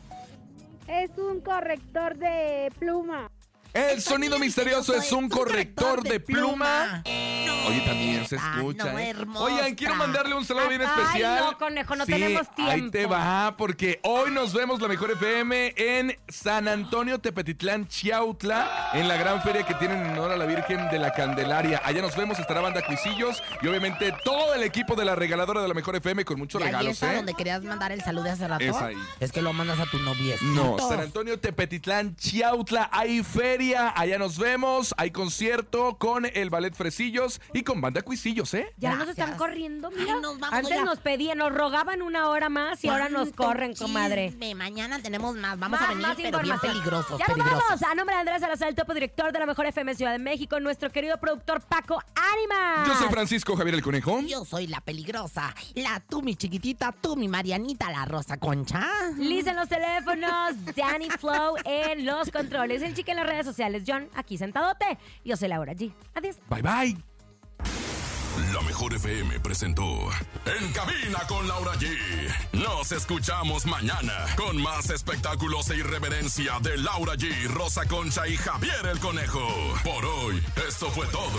J: es un corrector de pluma.
B: El sonido misterioso es un corrector de pluma.
C: No,
B: Oye, también se
C: belleza, No,
B: escucha. ¿eh?
C: hermosa.
B: Oigan, quiero mandarle un saludo bien
D: Ay,
B: especial.
D: no, conejo, no
B: Sí,
D: tenemos
B: Ahí te
D: tiempo.
B: va, porque hoy nos vemos la mejor FM en San Antonio Tepetitlán, Chiautla, en la gran feria que tienen en honor a la Virgen de la Candelaria. Allá nos vemos, estará Banda Cuisillos y obviamente todo el equipo de la regaladora de la mejor FM con muchos
C: Y ahí
B: regalos,
C: está
B: ¿eh?
C: donde querías mandar el saludo hace rato.
B: Es ahí.
C: que lo mandas a tu novia.
B: No, San Antonio, Tepetitlán, Chiautla, hay feria, allá nos vemos, hay concierto con el Ballet Fresillos y con Banda Cuisillos, ¿eh?
D: Ya nos
C: Gracias.
D: están corriendo, mira.
C: Ay, nos vamos
D: Antes
C: ya.
D: nos pedían, nos rogaban una hora más y ahora nos corren, comadre.
C: Mañana tenemos más. Vamos a
D: Más-
C: venir,
D: más
C: pero bien
D: información.
C: peligrosos.
D: Ya nos
C: peligrosos.
D: vamos. A nombre de Andrés Salazar, el topo director de la mejor FM Ciudad de México, nuestro querido productor Paco Ánimas.
B: Yo soy Francisco Javier el Conejo.
C: Yo soy la peligrosa. La tú, mi chiquitita, tú, mi Marianita, la rosa concha.
D: Liz en los teléfonos, Danny Flow en los controles, el chique en las redes sociales, John aquí sentadote. Yo soy Laura G. Adiós.
B: Bye bye.
A: La mejor FM presentó En cabina con Laura G. Nos escuchamos mañana con más espectáculos e irreverencia de Laura G, Rosa Concha y Javier el Conejo. Por hoy, esto fue todo.